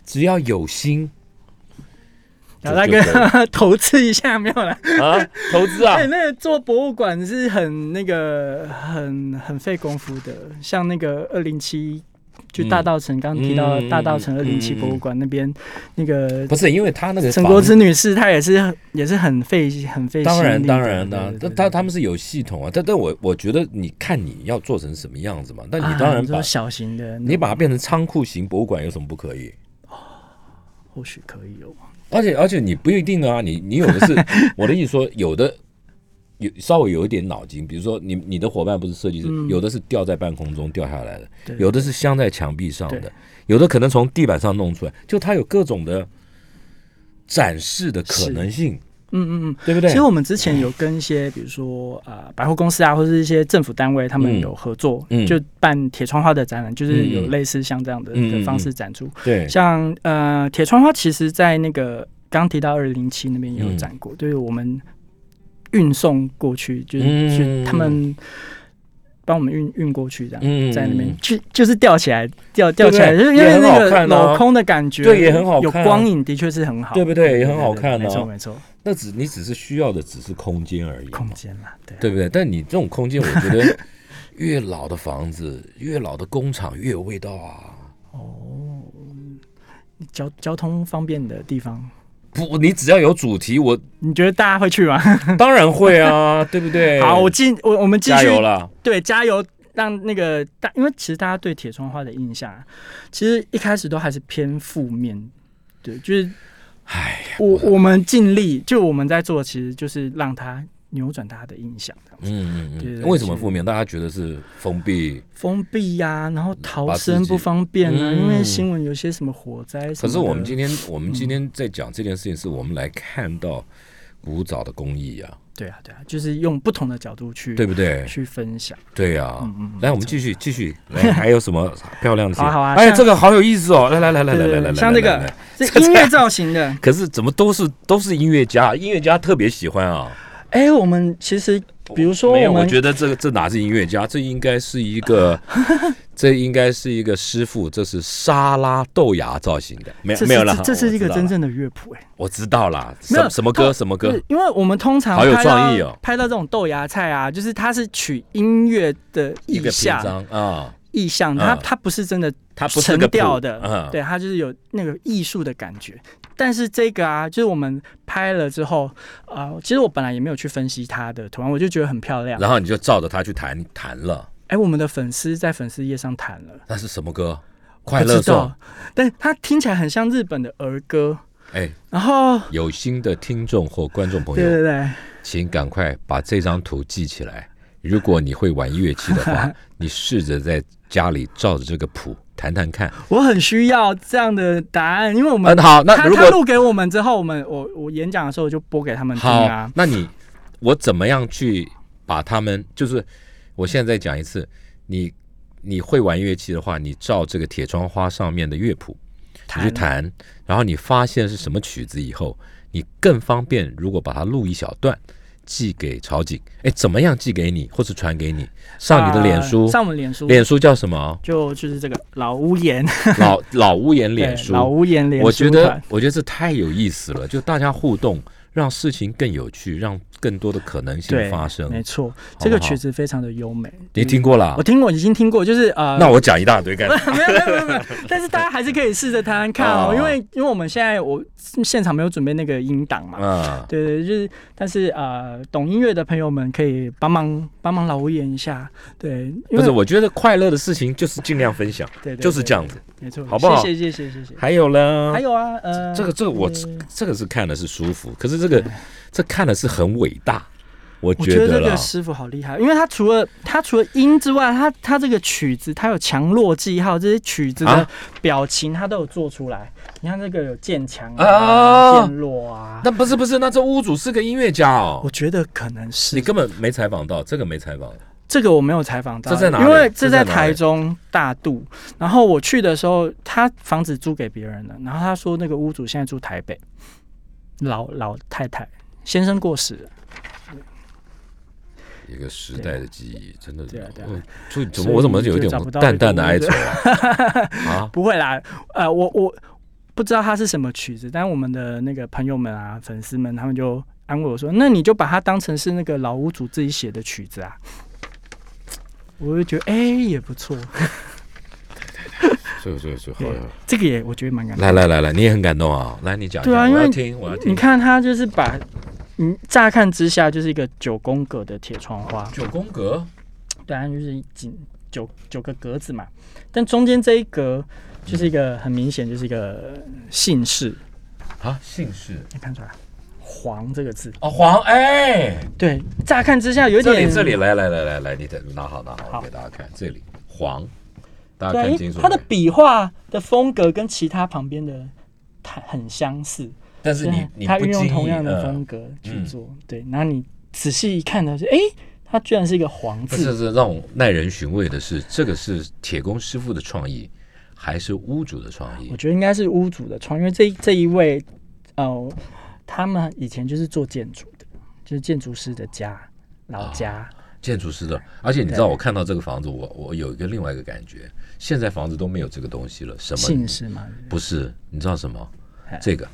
只要有心然就后大就可哥 投资一下没有啦。啊，投资啊对，，那个做博物馆是很那个很很费功夫的，像那个二零七就大稻城刚刚提到的嗯大稻城二零七嗯嗯博物馆那边那个 不是因为他那个陈房国之女士，她也是也是很费很费心当力的然，当然的，对对但他对他们是有系统啊，但但我我觉得你看你要做成什么样子嘛，但你啊当然把、说小型的那种，你把它变成仓库型博物馆有什么不可以？或许可以哦。而且而且你不一定啊，你你有的 是我的意思说，有的有稍微有一点脑筋，比如说你你的伙伴不是设计师，有的是吊在半空中掉下来的，嗯对有的是镶在墙壁上的对，有的可能从地板上弄出来，就它有各种的展示的可能性，嗯嗯嗯，对不对其实？我们之前有跟一些，比如说啊、呃百货公司啊，或者是一些政府单位，他嗯们有合作，嗯就办铁窗花的展览，就是嗯有类似像这样的、嗯嗯的方式展出。对，像呃，铁窗花其实，在那个刚提到二零七那边也有展过，就是我们运送过去，就是、嗯去他们帮我们运运过去这样。嗯在那边嗯就就是吊起来，吊吊起来，对就是因也为很那好个看啊镂空的感觉，对也很好有看啊光影的确是很好，对不对也很好看啊没错没错，那只你只是需要的只是空间而已嘛，空间啦， 对啊对不对？但你这种空间，我觉得 越老的房子、越老的工厂越有味道啊！交交通方便的地方，不，你只要有主题，我 你觉得大家会去吗？当然会啊，对不对？好，我进我我们继加续油啦！对加油，让那个大，因为其实大家对铁窗花的印象啊，其实一开始都还是偏负面，对，就是哎，我我们尽力，就我们在做，其实就是让它扭转大家的印象，这样子嗯嗯对嗯，对为什么是负面？大家觉得是封闭，封闭呀、然后逃把自生己不方便啊，嗯因为新闻有些什么火灾什么的，嗯可是我们今天我们今天在讲这件事情，是我们来看到古早的工艺啊，对啊对啊，就是用不同的角度去对不对？去分享，对呀嗯嗯，嗯来，我们继续继续，来，还有什么漂亮的事情？好啊好啊哎，像这个好有意思哦！来来来来来对来对来，对，像这来来个来是音乐造型的。 可是怎么都是都是音乐家，音乐家特别喜欢啊。哎、我们其实比如说没有，我我们觉得这个这哪是音乐家，这应该是一 个，这应该是一个师傅，这是沙拉豆芽造型的，没有这没有是了这，这是一个我知道真了，正的乐谱哎、我知道啦，没什有什么歌他什么歌是，因为我们通常好有拍到创意哦拍到这种豆芽菜啊，就是它是取音乐的一意个篇象章啊，意象，嗯它它不是真的它不是成个谱调的，嗯，对，它就是有那个艺术的感觉。但是这个啊，就是我们拍了之后，啊、其实我本来也没有去分析它的图案，我就觉得很漂亮。然后你就照着它去弹弹了，哎，我们的粉丝在粉丝页上弹了，那是什么歌？快不乐知颂道，，但它听起来很像日本的儿歌，哎，然后。有心的听众或观众朋对友，对对，请赶快把这张图记起来。如果你会玩乐器的 话，你试着在家里照着这个谱弹弹看。我很需要这样的答案，因为我 们嗯，好，那他如他果录给我们之后，我们我我演讲的时候我就播给他们听好啊，。那你我怎么样去把他们？就是我现在再讲一次，你你会玩乐器的话，你照这个铁窗花上面的乐谱，你去弹弹，然后你发现是什么曲子以后，你更方便。如果把它录一小段。寄给曹景，哎，怎么样寄给你，或是传给你？上你的脸书，呃上我们脸书，？脸书叫什么 就就是这个老屋檐，老老屋檐脸 对书，老屋檐脸书我觉得团，我觉得这太有意思了，就大家互动，让事情更有趣，让更多的可能性对发生。没错，好这个曲子非常的优美，嗯你听过了我？听过，已经听过，就是呃，那我讲一大堆干嘛？ 没有没有没有没有，但是大家还是可以试着弹弹看哦哦，因为因为我们现在我现场没有准备那个音档 嘛，啊，对对，就是，但是呃，懂音乐的朋友们可以帮忙帮忙老屋演一下，对，因不为是，我觉得快乐的事情就是尽量分享， 对对就是这，样对子。没错，好不好谢谢谢谢谢谢。还有呢还，有啊，呃，嗯这个这个我这个是看的是舒服，可是这个这看的是很伟大，我我觉觉得得这了个。师傅好厉害，因为他除了他除了音之外，他他这个曲子，他有强弱记号，这些曲子的啊表情他都有做出来。你看这个有渐强啊啊，渐弱啊，那不是不是，那这屋主是个音乐家我哦，觉得可能你是根本没采访到，这个没采访。这个我没有采访到，这在哪里因为这这在在哪里台中大肚。然后我去的时候，他房子租给别人了，然后他说那个屋主现在住台北，老老太太先生过世了。一个时代的记忆，真的，对啊对啊我就怎么所以我怎么有一就点找不到淡淡的哀这愁个啊？ 啊，不会啦，呃，我我不知道它是什么曲子，但我们的那个朋友们啊、粉丝们，他们就安慰我说：“那你就把它当成是那个老屋主自己写的曲子啊。”我就觉得，哎、也不错。这个这个这个好呀。这个也我觉得蛮感动。来来来来，你也很感动啊！来，你讲一对啊讲，因我为要听，我要听。你看它就是把，嗯，乍看之下就是一个九宫格的铁窗花，九宫格，对啊，就是几九九个格子嘛，但中间这一格就是一个很明显就是一个姓氏，啊，姓氏你看出来“黄”这个字，哦，黄哎，对，乍看之下有这点里这里来来来来来，你得拿好拿好，好我给大家看这里黄，大家对啊，看因清为楚它没的。笔画的风格跟其他旁边的它很相似，但是你对啊你它不运经用意同样的呃风格去嗯做，对，然后你仔细一看呢，是哎，它居然是一个“黄”不字是，是让我耐人寻味的是，这个是铁工师傅的创意，还是屋主的创意我？觉得应该是屋主的创意，因为这一这一位，呃，他们以前就是做建筑的，就是建筑师的家，老家。建筑师的，而且你知道，我看到这个房子，我我有一个另外一个感觉，现在房子都没有这个东西了，什么姓氏嘛，不是？你知道什么哎？这个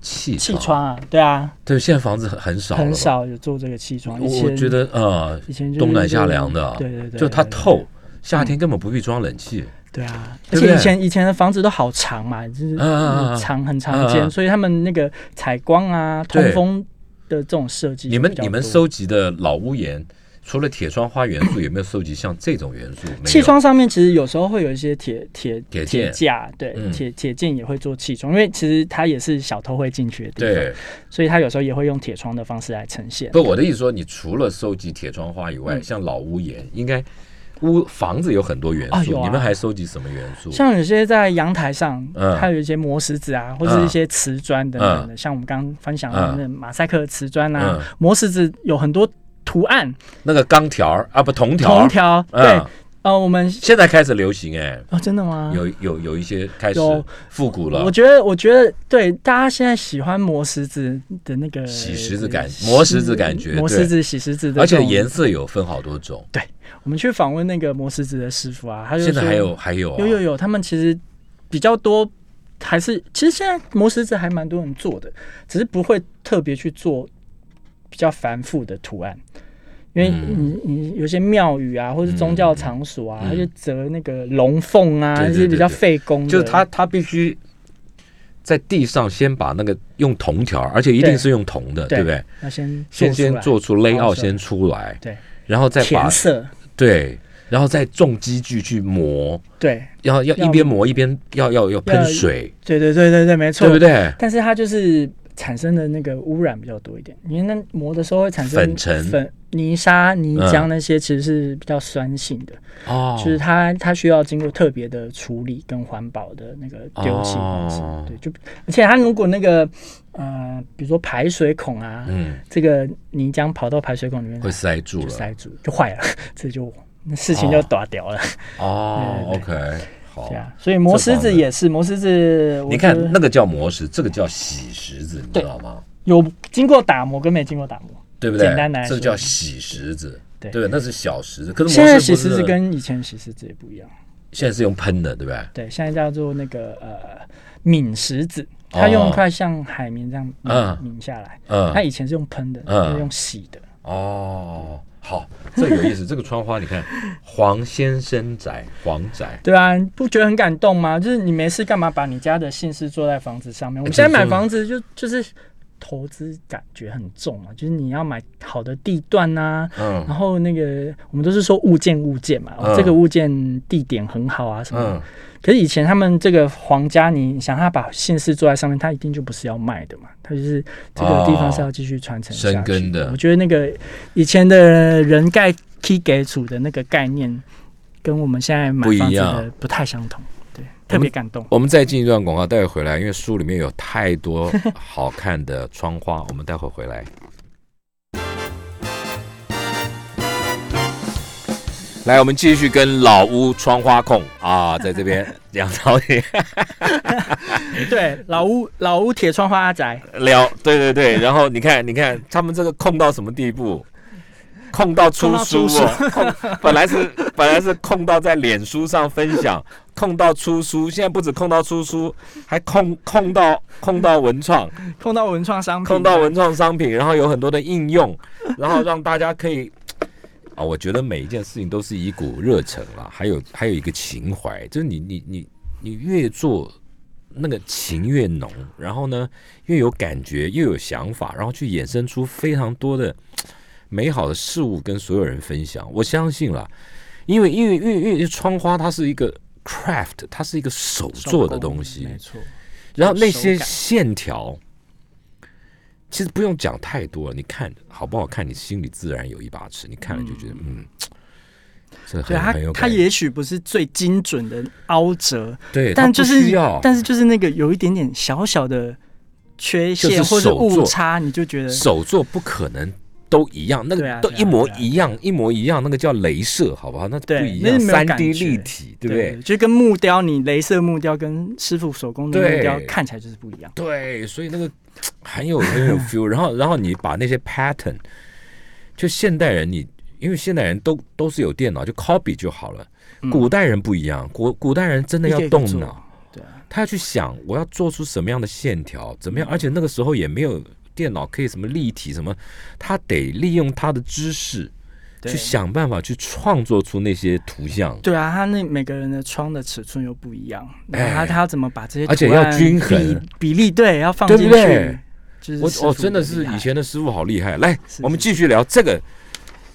气气窗啊，对啊，对，现在房子很很少了吧很。少有做这个气窗。我以我前觉得呃以前就，是冬暖夏凉的，啊对对对就它对对透，夏天根本不必装冷气。对啊，对而不且对以前以前的房子都好长嘛，就是啊啊啊啊长很长间，啊啊所以他们那个采光啊、对通风的这种设计你就比较们多，你们收集的老屋檐，除了铁窗花元素，有没有收集像这种元素？没有气窗上面其实有时候会有一些铁铁铁件铁架，对，嗯铁铁件也会做气窗，因为其实它也是小偷会进去的地方，对，所以它有时候也会用铁窗的方式来呈现。不，我的意思说，你除了收集铁窗花以外，嗯像老屋檐，应该屋房子有很多元啊素，有啊你们还收集什么元素？像有些在阳台上，嗯它有一些磨石子啊，或者是一些瓷砖等等的，像我们刚刚分享的那马赛克瓷砖啊，嗯磨石子有很多图案、那个钢条儿啊，不铜条儿，铜条，对嗯，，呃，我们现在开始流行哎，哦，真的吗？有有有一些开始有复古了我。觉得，我觉得对大家现在喜欢磨石子的那个洗石子感磨石子感觉磨对石子、洗石子的，而且颜。色有分好多种，我们去访问那个磨石子的师傅啊，他就现在说还有还有啊有有有，他们其实比较多，还是其实现在磨石子还蛮多人做的，只是不会特别去做比较繁复的图案。因为嗯你你有些庙宇啊，或是宗教场所啊，嗯嗯他就折那个龙凤啊，对对一些比较对对费工的。就是他他必须在地上先把那个用铜条儿，而且一定对是用铜的，对对不对？要先做先先出来做出 layout 然后是先出来，对，然后再把填色，对，然后再重机具去磨，对要要一要边磨一边要要要喷水，对对对对对，没错，对不？对？但是它就是产生的那个污染比较多一点，因为那磨的时候会产生粉尘粉泥沙、泥浆那些，其实是比较酸性的，哦，就是它它需要经过特别的处理跟环保的那个丢弃方式。哦对，就而且它如果那个呃，比如说排水孔啊，嗯，这个泥浆跑到排水孔里面会塞住就了塞住，就坏了， 这就那事情就哦打掉了。哦。对 OK，好对，啊，所以这磨石方子面也是磨石子，我你觉看得那个叫磨石，这个叫洗石子，你知对道吗？有经过打磨跟没经过打磨。对不对？简单来说这个叫洗石子，对对，那是小石子。可是现在磨洗石石不子是跟以前洗石子也不一样，现在是用喷的，对不对？对，现在叫做那个呃抿石子，它用一块像海绵这样抿、哦嗯抿下来。它嗯，以前是用喷的，嗯是用洗的。哦，好，这有意思。这个窗花，你看，黄先生宅，黄宅，对啊，你不觉得很感动吗？就是你没事干嘛把你家的姓氏做在房子哎上面？我们现在买房子就就是投资感觉很重嘛，就是你要买好的地段呐、嗯然后那个我们都是说物件物件嘛，哦嗯这个物件地点很好啊什么的嗯，可是以前他们这个皇家，你想他把姓氏做在上面，他一定就不是要卖的嘛，他就是这个地方是要继续传承下去、哦深耕的我觉得那个以前的人盖 T 给主的那个概念，跟我们现在买不一房子样的不太相同，对，特别感动。我们再进一段广告，待会回来，因为书里面有太多好看的窗花，我们待会回来。来，我们继续跟老屋窗花控啊，在这边梁导 演对，老屋老屋铁窗花阿宅，聊，对对对，然后你看，你看他们这个控到什么地步？控到出书哦，控本来是本来是控到在脸书上分享，控到出书，现在不止控到出书，还控控到控到文创，碰到文创商品，啊控到文创商品，然后有很多的应用，然后让大家可以啊，我觉得每一件事情都是一股热忱啦，还有还有一个情怀，就是你你你你越做那个情越浓，然后呢越有感觉，又有想法，然后去衍生出非常多的美好的事物跟所有人分享。我相信啦，因为因为因为因为窗花它是一个 craft，它是一个手做的东西，没错。然后那些手感线条，其实不用讲太多了，你看好不好看，你心里自然有一把尺。你看了就觉得，嗯，这很对它很有，它感觉。也许不是最精准的凹折，对，它但不就是需要，但是就是那个有一点点小小的缺就是陷或者手误作差，你就觉得手作不可能都一样，那对个啊都对啊一模对啊一样，一模一样，那个叫镭射，好不好？那不对一那样，是没有三感 D 觉立体，对不对？就跟木雕，你镭射木雕跟师傅手工的对木雕看起来就是不一样。对，所以那个很有很有 feel。然后，然后你把那些 pattern，就现代人你，因为现代人都都是有电脑，就 copy 就好了。古代人不一样，古古代人真的嗯一个要一个动做脑，对啊，他要去想我要做出什么样的线条，怎么样，而且那个时候也没有电脑可以什么立体什么，他得利用他的知识对去想办法去创作出那些图像。对啊，他那每个人的窗的尺寸又不一样，然后他哎他要怎么把这些而且图案要均衡比比例，对，要放对进不去。对就是我师我傅真的厉是害以前的师傅好厉害，来，是我们是继续聊这个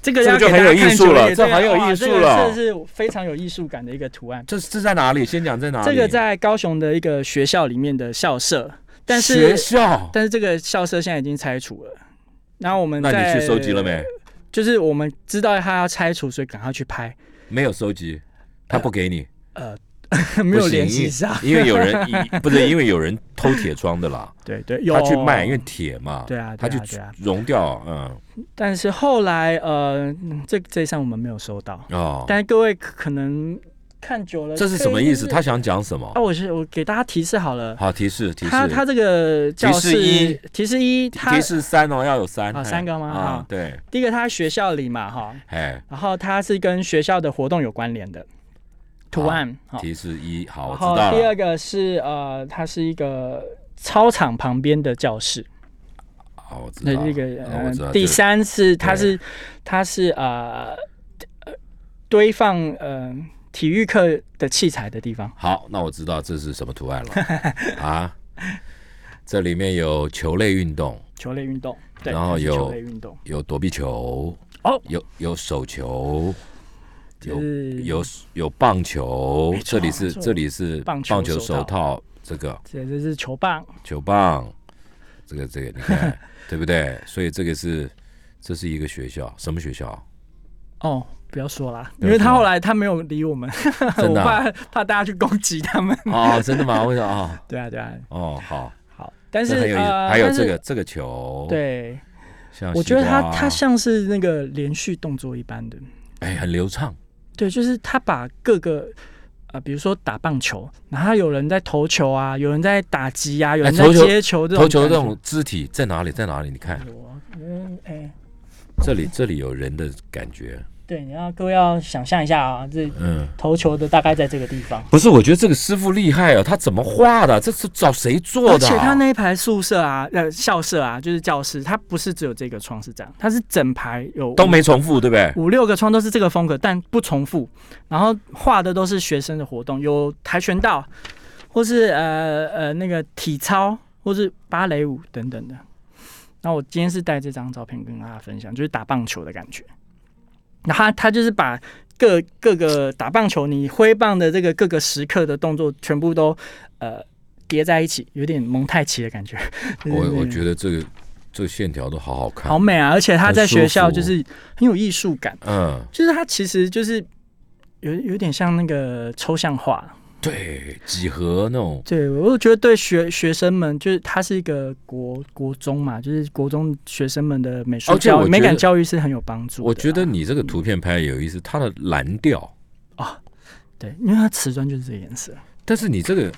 这个这要个就给大很家有艺术看久一了点这对啊很有哇艺这术个了这是非常有艺术感的一个图案。这这在哪里？先讲在哪里？这个在高雄的一个学校里面的校舍，但学是校，但是这个校舍现在已经拆除了。然后我们那你在去收集了没？？就是我们知道他要拆除，所以赶快去拍， 没有收集，他不给你，呃没有不行联系上。因为有人以 不是因为有人偷铁窗的啦，对对， 有他去卖，因为铁嘛，对啊对他啊就对啊熔掉，嗯，但是后来呃，嗯这这一项我们没有收到，哦，但是各位可可能看久了，这是可以什么意思？就是他想讲什么啊，？我是我给大家提示好了，好，提示提示，他他这个教室提示一，提示一，他提示三哦，要有三，啊嘿三个吗啊好，对，第一个他在学校里嘛哈，哎，然后它是跟学校的活动有关联的图案，好提示一，好，我然知道后第了二个是呃，它是一个操场旁边的教室，好，我知那道了，那个啊我知道呃，第这三是它对是它是呃呃堆放呃体育课的器材的地方，好，那我知道这是什么图案 了啊？这里面有球类运动，球类运动，对，然后它是有球类运动，有躲避球，哦有有手球，有就是有有棒球没，错这里是没错这里是棒球棒球手手套，这个这这是球棒，球棒，这个这个你 看对不对？所以这个是这是一个学校，什么学 校？哦。不要说啦，不因要为他说后来他没有理我们， 真我的啊怕怕大家去攻击 他们。哦，真的吗？为什么？哦对啊，对啊，哦，好，好，但是这很有意思。呃还有但是这个这个球，，对，像我觉得西他瓜他像是那个连续动作一般的，哎很流畅，对，就是他把各个呃，比如说打棒球，然后他有人在投球啊，有人在打击啊，有人在哎投球接球这种投球感这觉种。肢体在哪里？在哪里？你看我嗯哎、这里这里有人的感觉，对，你要各位要想象一下啊，这嗯。投球的大概在这个地方，不是，我觉得这个师傅厉害啊，他怎么画的？这是找谁做而的、且啊？他那一排宿舍啊，呃校舍啊，就是教室，它不是只有这个窗是这样，它是整排有都没重复，对不对？五六个窗都是这个风格，但不重复。然后画的都是学生的活动，有跆拳道，或是呃呃那个体操，或是芭蕾舞等等的。那我今天是带这张照片跟大家分享，就是打棒球的感觉。那他他就是把各各个打棒球你挥棒的这个各个时刻的动作全部都呃叠在一起，有点蒙太奇的感觉。就是我那我个觉得这个这个线条都好好看，好美啊！而且他很在舒学校服就是很有艺术感。嗯，就是它其实就是有有点像那个抽象画。对，几何那种，对，我觉得对学学生们，就是它是一个国国中嘛，就是国中学生们的美术而且哦教我育、觉美感得教育是很有帮助的啊、我觉得你这个图片拍得有意思，它的蓝调，对，因为它瓷砖就是这个颜色，但是你这个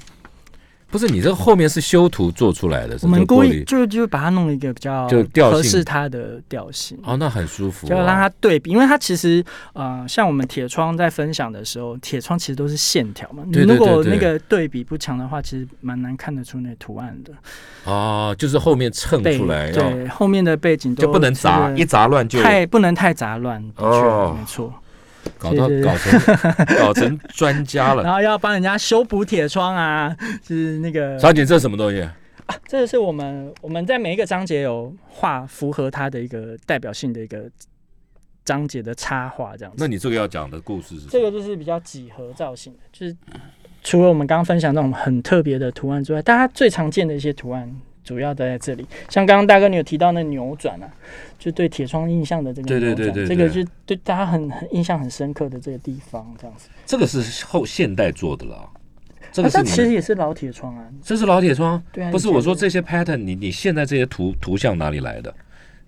不是你这后面是修图做出来的，是我们就故玻意璃就就把它弄了一个比较就调性合适它的调性。哦，那很舒服、哦，就让它对比，因为它其实呃，像我们铁窗在分享的时候，铁窗其实都是线条嘛。你对对如对果对那个对比不强的话，其实蛮难看得出那图案的。哦，就是后面蹭背出来，然后对后面的背景都就不能杂，这个一杂乱就太不能太杂乱，的哦确没错。搞到对对搞 成搞成专家了。然后要帮人家修补铁窗啊， 就是那个小姐，这是什么东西？这个是我们我们在每一个章节有画符合它的一个代表性的一个章节的插画这样那子。你这个要讲的故事是什这么？个就是比较几何造型的，就是除了我们刚刚分享那种很特别的图案之外，大家最常见的一些图案主要都在这里。像刚刚大哥你有提到那扭转啊，就对铁窗印象的这个对对扭转，对对这个对就对大家很很印象很深刻的这个地方这样子。这个是后现代做的了啊，这啊个是但你其实们也是老铁窗啊，这是老铁窗，对啊不是以前我说的这些 pattern，你你现在这些图图像哪里来的？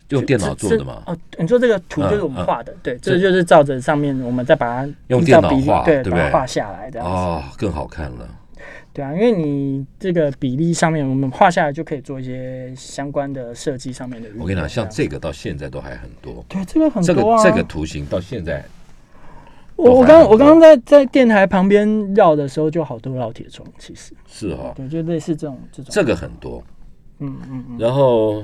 用电脑做的吗？嗯哦，你说这个图就是我们画的，对，这就是照着上面，我们再把它用依电照脑比例画对对，不把它对画下来这样子。哦，更好看了。对啊，因为你这个比例上面，我们画下来就可以做一些相关的设计上面的运用。我跟你讲，像样这个到现在都还很多，啊对这个很这个多啊。这个图形到现在我都我还刚很我刚刚多在在电台旁边绕的时候，就好多老铁虫，其实是哈，对，就类似这种这种。这个很多。嗯嗯嗯，然后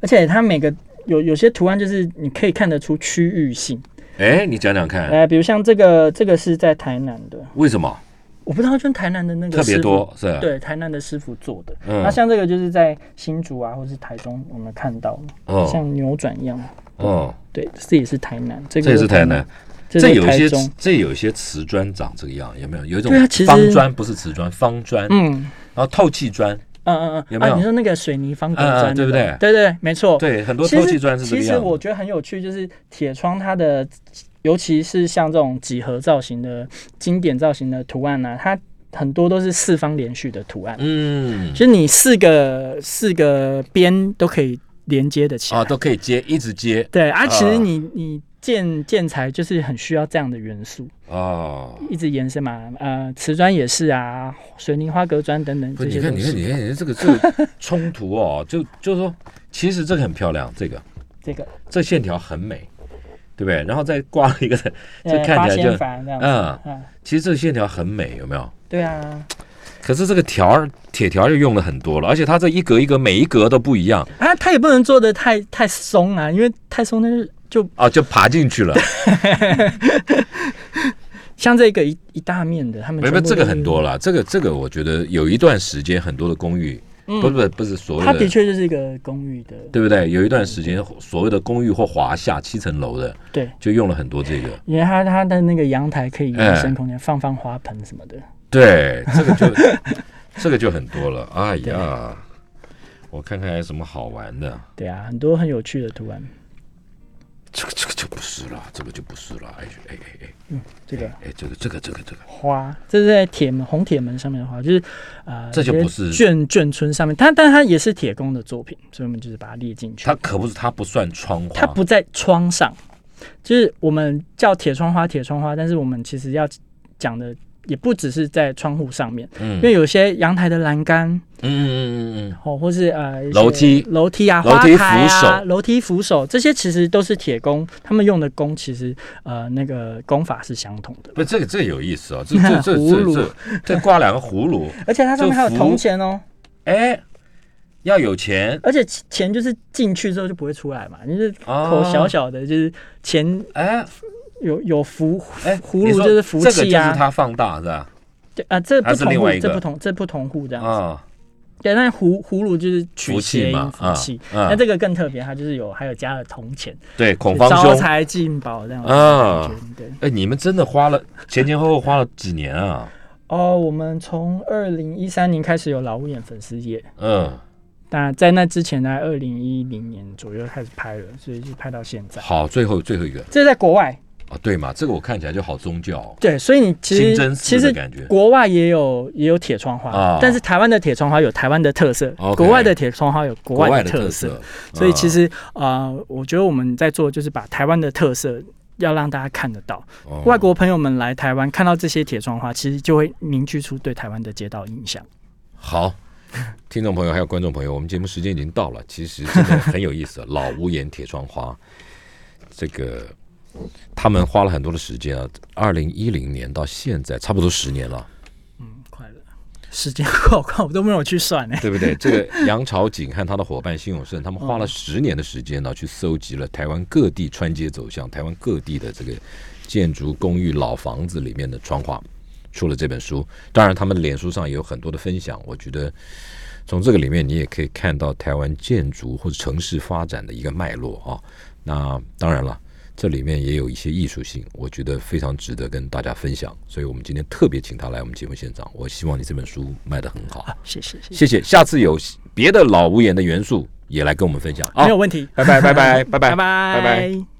而且它每个有有些图案就是你可以看得出区域性，哎，你讲讲看，哎，比如像这个这个是在台南的，为什么我不知道，就台南的那个特别师傅多？是吧？对，台南的师傅做的。嗯那像这个就是在新竹啊，或是台中，我们看到哦像扭转一样，哦，对，这也是台南，这个这也是台南，，这这是有一台些中。这有一些瓷砖长这个样，有没有？有一种对啊其实方砖不是瓷砖，方砖，然嗯后透气砖，嗯嗯嗯，有没有啊？你说那个水泥方格啊啊砖那个，对不对对对，没错。对，很多其实，透气砖是这其个实样我子。觉得很有趣，就是铁窗它的，尤其是像这种几何造型的经典造型的图案呢、它很多都是四方连续的图案，嗯其，实你四个四个边都可以连接的起来。啊，都可以接，一直接对啊，其啊实你你建建材就是很需要这样的元素，啊。一直延伸嘛。呃，瓷砖也是啊，水泥花格砖等等不这是，你些看，都你看，是。你看，你看这个这个冲突哦，就就是说，其实这个很漂亮，这个这个这线条很美，对不对？然后再挂了一个，这呃看八起来就仙矾这样子。嗯，嗯，其实这个线条很美，有没有？对啊，可是这个条儿铁条就用了很多了，而且它这一格一格每一格都不一样啊，它也不能做的太太松啊，因为太松那就就啊，就爬进去了。像这个一一大面的，他们没全没，部这个都很多了，这个这个我觉得有一段时间很多的公寓，嗯不不不是所它谓的的，确就是一个公寓的，对不对？有一段时间所谓的公寓或华夏七层楼的，对，就用了很多 这个。因为它它的那个阳台可以延哎伸空间，放放花盆什么的。对，这个就这个就很多了。哎呀，我看看还有什么好玩的。对啊，很多很有趣的图案。这个这个就不是了，这个就不是了。哎哎哎哎这个哎，这个这个这个这个，花，这是在铁门红铁门上面的花，就是呃，这就不是眷眷村上面，它但它也是铁工的作品，所以我们就是把它列进去。它可不是它不算窗花，它不在窗上，就是我们叫铁窗花铁窗花，但是我们其实要讲的也不只是在窗户上面，嗯因为有些阳台的栏杆嗯嗯嗯嗯哦，或是呃一些楼梯楼梯啊、楼梯花台啊、扶楼梯扶手这些，其实都是铁工他们用的工，其实呃那个工法是相同的嗯，，不，这个这个有意思哦， 这这这葫芦这这这挂两个葫芦，而且它上面还有这铜扶钱哦。哎，要有钱而且钱钱就是进去之后就不会出来嘛，你是啊，口小小的，就是钱哎有有浮哎，葫你芦说就是福这个气就是啊，它放大是吧？对啊，这还不是同另户外一，个这不同这不同户这样子。啊，对，那葫葫芦就是取福气谐嘛音啊福气，啊那这个更特别，它就是有还有加了铜钱，对，孔方招兄财进宝这样子的啊感觉。对，哎，你们真的花了前前后后花了几年啊？哦，我们从二零一三年开始有老屋眼粉丝页，嗯，那在那之前呢，二零一零年左右开始拍了，所以就拍到现在。好，最后最后一个这是在国外，啊，对嘛，这个我看起来就好宗教哦，对，所以你其清真实其寺的实感觉。国外也有也有铁窗花，啊但是台湾的铁窗花有台湾的特色 OK 国外的铁窗花有国国外外的的特特色。色，所以其啊实呃，我觉得我们在做就是把台湾的特色要让大家看得到。哦外国朋友们来台湾看到这些铁窗花，其实就会凝聚出对台湾的街道印象。好，听众朋友还有观众朋友，我们节目时间已经到了，其实真的很有意思。 老屋檐铁窗花，这个他们花了很多的时间啊，二零一零年到现在差不多十年了，嗯，快乐。时间好 快，我都没有去算欸呢。对不对？这个杨朝景和他的伙伴辛永胜，他们花了十年的时间呢、去搜集了台湾各地穿街走巷、台湾各地的这个建筑、公寓、老房子里面的窗花，出了这本书。当然，他们脸书上也有很多的分享，我觉得从这个里面你也可以看到台湾建筑或者城市发展的一个脉络啊。那当然了。这里面也有一些艺术性，我觉得非常值得跟大家分享，所以我们今天特别请他来我们节目现场。我希望你这本书卖得很好。谢谢，谢谢，谢谢，下次有别的老无言的元素也来跟我们分享啊没有，问题。拜拜拜拜拜拜拜拜，拜拜。拜。